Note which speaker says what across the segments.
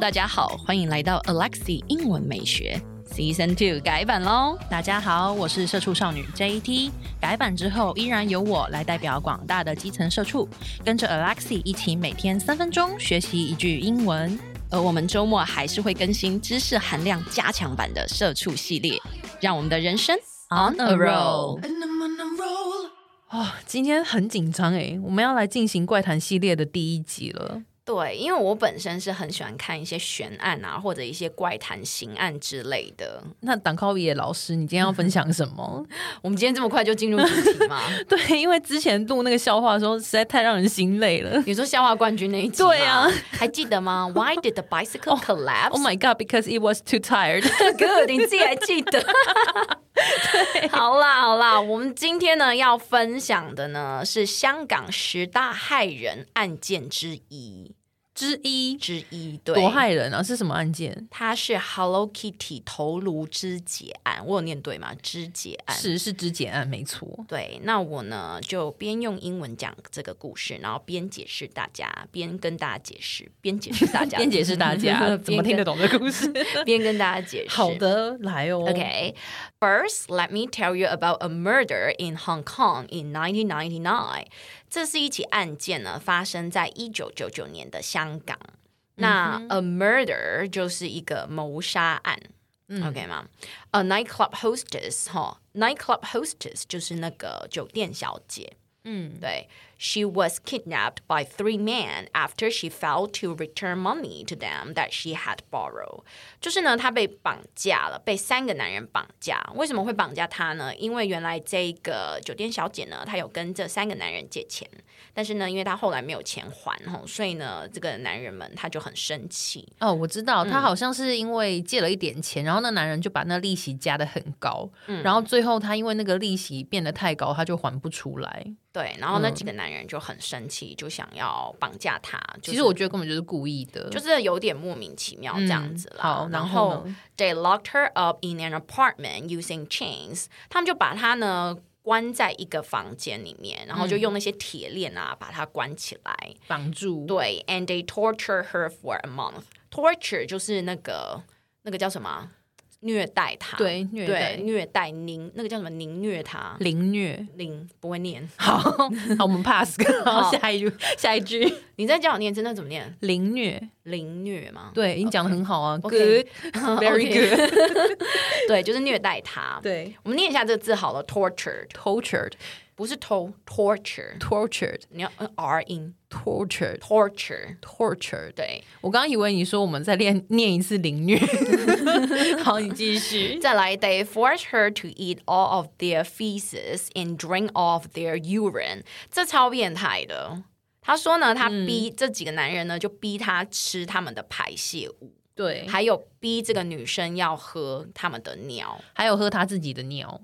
Speaker 1: 大家好，欢迎来到 Alexi 英文美学 Season Two 改版喽！
Speaker 2: 大家好，我是社畜少女 JT。改版之后，依然由我来代表广大的基层社畜，跟着 Alexi 一起每天三分钟学习一句英文。
Speaker 1: 而我们周末还是会更新知识含量加强版的社畜系列，让我们的人生 on a roll。
Speaker 3: And I'm on a roll.
Speaker 2: 哦，今天很紧张诶，我们要来进行怪谈系列的第一集了。
Speaker 1: 对，因为我本身是很喜欢看一些悬案啊，或者一些怪谈、刑案之类的。
Speaker 2: 那党考野老师，你今天要分享什么？
Speaker 1: 我们今天这么快就进入主题吗？
Speaker 2: 对，因为之前录那个笑话的时候，实在太让人心累 了。
Speaker 1: 你说笑话冠军那一集吗
Speaker 2: 对啊，
Speaker 1: 还记得吗？Why did the bicycle collapse？
Speaker 2: Oh my god! Because it was too tired.
Speaker 1: good，你自己还记得？ 好啦好啦，我们今天呢要分享的呢是香港十大害人案件之一
Speaker 2: 之 一，
Speaker 1: 之一，对，
Speaker 2: 多害人啊！是什么案件？
Speaker 1: 它是 Hello Kitty 头颅肢解案，我有念对吗？肢解案。
Speaker 2: 是是肢解案，没错。
Speaker 1: 对，那我呢就边用英文讲这个故事，然后边解释大家，边跟大家解释， 边解释大家，
Speaker 2: 边解释大 家
Speaker 1: 边
Speaker 2: 怎么听得懂这故事。
Speaker 1: 跟，边跟大家解释。
Speaker 2: 好的，来哦。
Speaker 1: Okay. First, let me tell you about a murder in Hong Kong in 1999. 这是一起案件呢，发生在一九九九年的香港。那、a murder 就是一个谋杀案、o k 吗？A nightclub hostess 哈，nightclub hostess 就是那个酒店小姐。嗯，对，She was kidnapped by three men after she failed to return money to them that she had borrowed。就是呢，她被绑架了，被三个男人绑架。为什么会绑架她呢？因为原来这个酒店小姐呢，她有跟这三个男人借钱，但是呢，因为她后来没有钱还吼，所以呢，这个男人们他就很生气。
Speaker 2: 哦，我知道，
Speaker 1: 嗯
Speaker 2: 他好像是因为借了一点钱，然后那男人就把那利息加的很高，
Speaker 1: 嗯
Speaker 2: 然后最后他因为那个利息变得太高，他就还不出来。
Speaker 1: 对，然
Speaker 2: 嗯
Speaker 1: 后那几个男人就很生气，就想要绑架她。就是
Speaker 2: 其实我觉得根本就是故意的，
Speaker 1: 就
Speaker 2: 就是
Speaker 1: 有点莫名其妙这样子啦。
Speaker 2: 好然
Speaker 1: 然
Speaker 2: 后呢
Speaker 1: they locked her up in an apartment using chains，他们就把她呢关在一个房间里面，然后就用那些铁链啊把她关起来。
Speaker 2: 绑住。
Speaker 1: 对，and they torture her for a month。torture 就是那个那个叫什么啊虐待她，
Speaker 2: 对虐待
Speaker 1: 对虐待凌那个叫什么凌虐她，
Speaker 2: 凌虐，
Speaker 1: 凌不会念，
Speaker 2: 好，好，我 们 pass 个。然后下一句，下一句，
Speaker 1: 你再教我念，真的怎么念？
Speaker 2: 凌虐，
Speaker 1: 凌虐 吗？
Speaker 2: 对你讲的很好啊
Speaker 1: OK
Speaker 2: ，good，very good，
Speaker 1: 对，就是虐待她。
Speaker 2: 对
Speaker 1: 我们念一下这个字好了，tortured
Speaker 2: ，tortured，tortured，tortured，
Speaker 1: 不是偷 torture，你要嗯 r 音
Speaker 2: tortured
Speaker 1: torture。
Speaker 2: tortured。
Speaker 1: 对，
Speaker 2: 我刚刚以为你说我们再练念一次凌虐， 好，你继续。
Speaker 1: 再来，they forced her to eat all of their feces and drink all of their urine，这超变态的。他说呢，他
Speaker 2: 嗯
Speaker 1: 逼、这几个男人呢，就逼他吃他们的排泄物，
Speaker 2: 对，还
Speaker 1: 还有逼这个女生要喝他们的尿。
Speaker 2: 还有喝他自己的尿，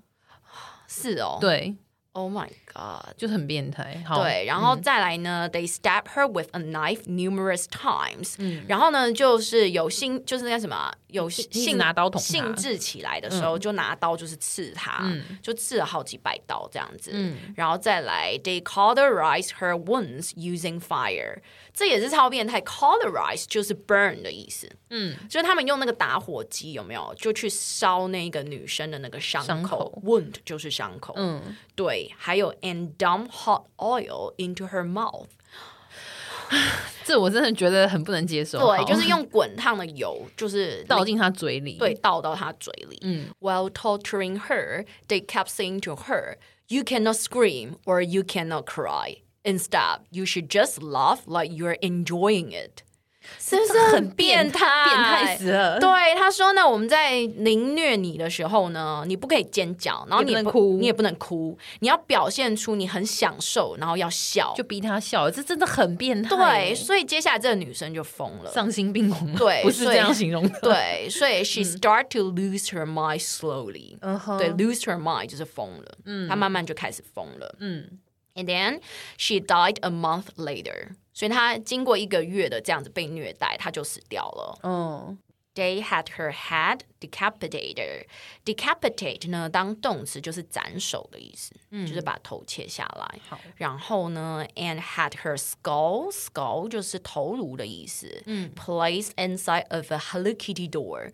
Speaker 1: 是哦，
Speaker 2: 对，
Speaker 1: ，Oh my God。
Speaker 2: 就是很变态。好，嗯
Speaker 1: 对，然后再来呢、t h e y stab her with a knife numerous times、然
Speaker 2: 嗯
Speaker 1: 后呢，就是有性，就是那个什么，啊有
Speaker 2: 一直
Speaker 1: 性
Speaker 2: 拿刀捅她嗯
Speaker 1: 性致起来的时候，就拿刀就是刺她，就刺了好几百刀这样子。
Speaker 2: 嗯
Speaker 1: 然后再来，they cauterize her wounds using fire，这也是超变态。cauterize 就是 burn 的意思，嗯，就是他们用那个打火机有没有，就去烧那个女生的那个伤口
Speaker 2: 伤口
Speaker 1: wound 就是伤口，嗯，对，还有 and dump hot oil into her mouth，
Speaker 2: 这我真的觉得很不能接受。哦好
Speaker 1: 对，就是用滚烫的油，就是
Speaker 2: 倒进他嘴里。
Speaker 1: 对，倒到她嘴里。嗯，While torturing her, they kept saying to her, "You cannot scream or you cannot cry. Instead, you should just laugh like you're enjoying it." 是不是很变态？
Speaker 2: 变态死了
Speaker 1: 对，他说呢，我们在凌虐你的时候呢，你不可以尖叫，然后你
Speaker 2: 也不能
Speaker 1: 不
Speaker 2: 哭
Speaker 1: 你也不能哭，你要表现出你很享受，然后要笑
Speaker 2: 就。逼他笑，这真的很变态。
Speaker 1: 对，所以接下来这个女生就疯了。
Speaker 2: 丧心病狂。啊
Speaker 1: 对
Speaker 2: 不是
Speaker 1: 所
Speaker 2: 这
Speaker 1: 以
Speaker 2: 样形容 的。
Speaker 1: 对，所以 she start to lose her mind slowly、
Speaker 2: 嗯哼
Speaker 1: 对，lose her mind 就是疯了，嗯，她慢慢就开始疯了，嗯。And then she died a month later，所以她经过一个月的这样子被虐待，她就死掉了。
Speaker 2: 嗯，
Speaker 1: They had her head decapitated. Decapitate 呢，当动词就是斩首的意思，就是把头切下来。
Speaker 2: 嗯好
Speaker 1: 然后呢，and had her skull skull 就是头颅的意思。嗯，placed inside of a Hello Kitty door。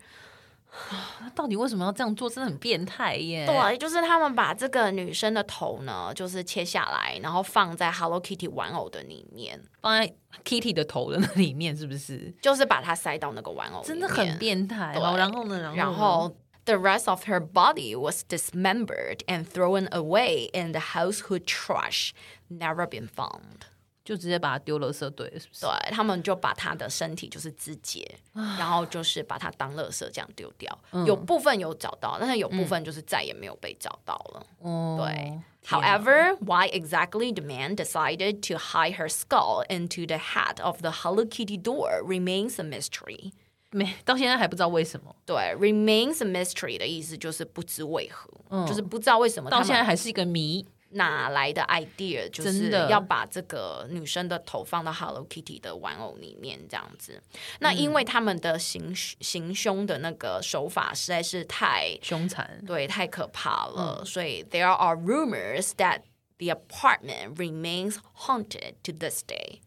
Speaker 2: 那到底为什么要这样做？真的很变态耶！
Speaker 1: 对，啊就是他们把这个女生的头呢，就是切下来，然后放在 Hello Kitty 玩偶的里面，
Speaker 2: 放在 Kitty 的头的那里面，是不是？
Speaker 1: 就是把它塞到那个玩偶里面。
Speaker 2: 真的很变态。
Speaker 1: 对
Speaker 2: 好然后呢？然后呢
Speaker 1: 然后 the rest of her body was dismembered and thrown away in the household trash, never been found.
Speaker 2: 就直接把它丢垃圾堆，是不是？
Speaker 1: 对他们就把她的身体就是肢解，然后就是把它当垃圾这样丢掉。有部分有找到，但是有部分就是再也没有被找到了。
Speaker 2: 哦，
Speaker 1: 对。However, why exactly the man decided to hide her skull into the hat of the Hello Kitty door remains a mystery.
Speaker 2: 没到现在还不知道为什么，
Speaker 1: 对，remains a mystery 的意思就是不知为何，就是不知道为什么他
Speaker 2: 嗯到
Speaker 1: 们
Speaker 2: 现在还是一个谜。
Speaker 1: 哪来的 idea，就是
Speaker 2: 真的
Speaker 1: 要把这个女生的头放到 Hello Kitty 的玩偶里面这样子。那
Speaker 2: 嗯
Speaker 1: 因为他们的行行凶的那个手法实在是太
Speaker 2: 凶残，
Speaker 1: 对太可怕了，
Speaker 2: 嗯
Speaker 1: 所以 there are rumors that the apartment remains haunted to this day。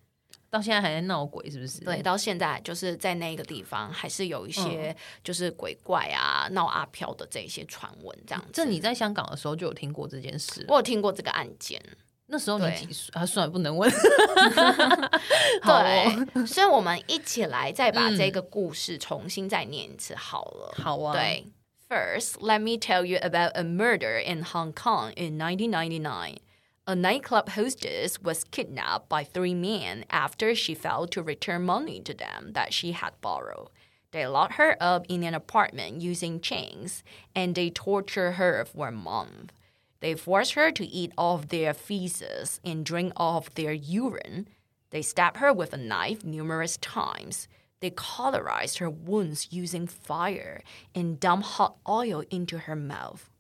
Speaker 2: 到现在还在闹鬼，是不是？
Speaker 1: 对，，到现在就是在那个地方还是
Speaker 2: 嗯
Speaker 1: 有一些就是鬼怪啊、闹阿飘的这一些传闻这样子。
Speaker 2: 这你在香港的时候就有听过这件事，
Speaker 1: 我有听过这个案件，
Speaker 2: 那时候你
Speaker 1: 对
Speaker 2: 几岁啊？算了，不能问。 好哦
Speaker 1: 对，所以我们一起来再把这个故事重新再念一次好了。
Speaker 2: 好啊，，
Speaker 1: 对，First, let me tell you about a murder in Hong Kong in 1999. A nightclub hostess was kidnapped by three men after she failed to return money to them that she had borrowed. They locked her up in an apartment using chains and they tortured her for a month. They forced her to eat all of their feces and drink all of their urine. They stabbed her with a knife numerous times. They cauterized her wounds using fire and dumped hot oil into her mouth.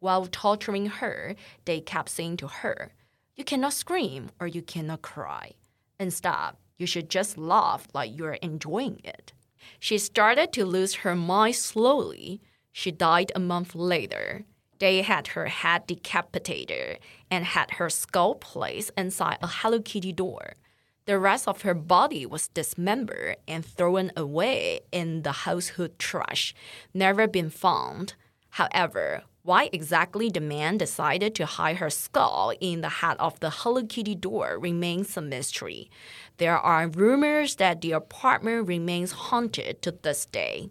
Speaker 1: While torturing her, they kept saying to her, You cannot scream or you cannot cry. Instead, you should just laugh like you're enjoying it. She started to lose her mind slowly. She died a month later. They had her head decapitated and had her skull placed inside a Hello Kitty door. The rest of her body was dismembered and thrown away in the household trash, never been found. However, why exactly the man decided to hide her skull in the hat of the Hello Kitty door remains a mystery. There are rumors that the apartment remains haunted to this day.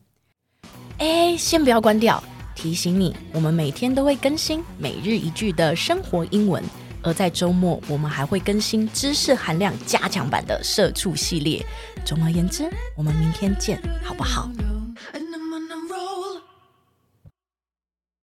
Speaker 1: 哎，先不要关掉。提醒你，我们每天都会更新每日一句的生活英文，而在周末我们还会更新知识含量加强版的社畜系列。总而言之，我们明天见，好不好？
Speaker 3: No,